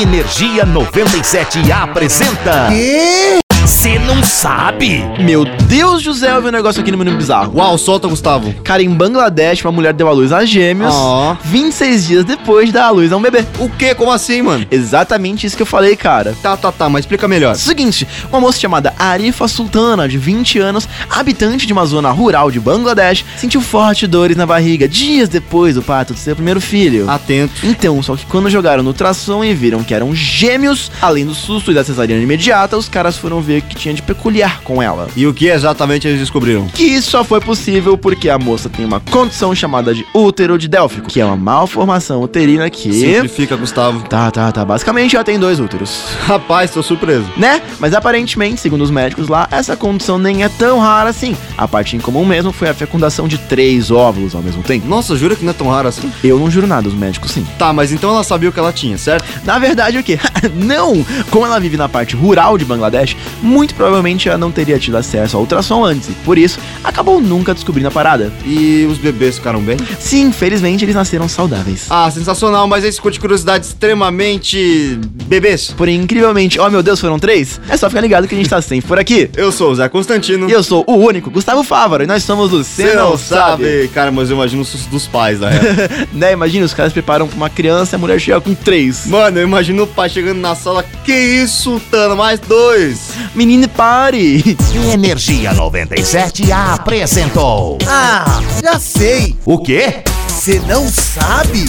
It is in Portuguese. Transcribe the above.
Energia 97 apresenta. Quê? Você não sabe? Meu Deus, José, eu vi um negócio aqui no Menino Bizarro. Uau, solta, Gustavo. Cara, em Bangladesh, uma mulher deu à luz a gêmeos Ó. 26 dias depois de dar à luz a um bebê. O quê? Como assim, mano? Exatamente isso que eu falei, cara. Tá, tá, tá, mas explica melhor. Seguinte, uma moça chamada Arifa Sultana, de 20 anos, habitante de uma zona rural de Bangladesh, sentiu fortes dores na barriga dias depois do parto do seu primeiro Ah. filho. Atento. Então, só que quando jogaram no tração e viram que eram gêmeos, além do susto e da cesariana imediata, os caras foram ver o que tinha de peculiar com ela. E o que exatamente eles descobriram? Que isso só foi possível porque a moça tem uma condição chamada de útero de Délfico, que é uma malformação uterina que. Simplifica, Gustavo. Tá, tá, tá. Basicamente ela tem dois úteros. Rapaz, tô surpreso. Né? Mas aparentemente, segundo os médicos lá, essa condição nem é tão rara assim. A parte em comum mesmo foi a fecundação de três óvulos ao mesmo tempo. Nossa, jura que não é tão raro assim? Eu não juro nada, os médicos sim. Tá, mas então ela sabia o que ela tinha, certo? Na verdade, o quê? não! Como ela vive na parte rural de Bangladesh, muito provavelmente ela não teria tido acesso ao ultrassom antes, e por isso acabou nunca descobrindo a parada. E os bebês ficaram bem? Sim, felizmente eles nasceram saudáveis. Ah, sensacional, mas esse curte curiosidade extremamente. bebês. Porém, incrivelmente, oh meu Deus, foram três? É só ficar ligado que a gente tá sempre por aqui. Eu sou o Zé Constantino. E eu sou o único, Gustavo Fávaro, e nós somos o Cê Não Sabe. Cara, mas eu imagino o susto dos pais da época. né, imagina, os caras preparam pra uma criança e a mulher chega com três. Mano, eu imagino o pai chegando na sala. Que isso, Tano? Mais dois. Menino, pare! Energia 97 apresentou. Ah, já sei! O quê? Você não sabe?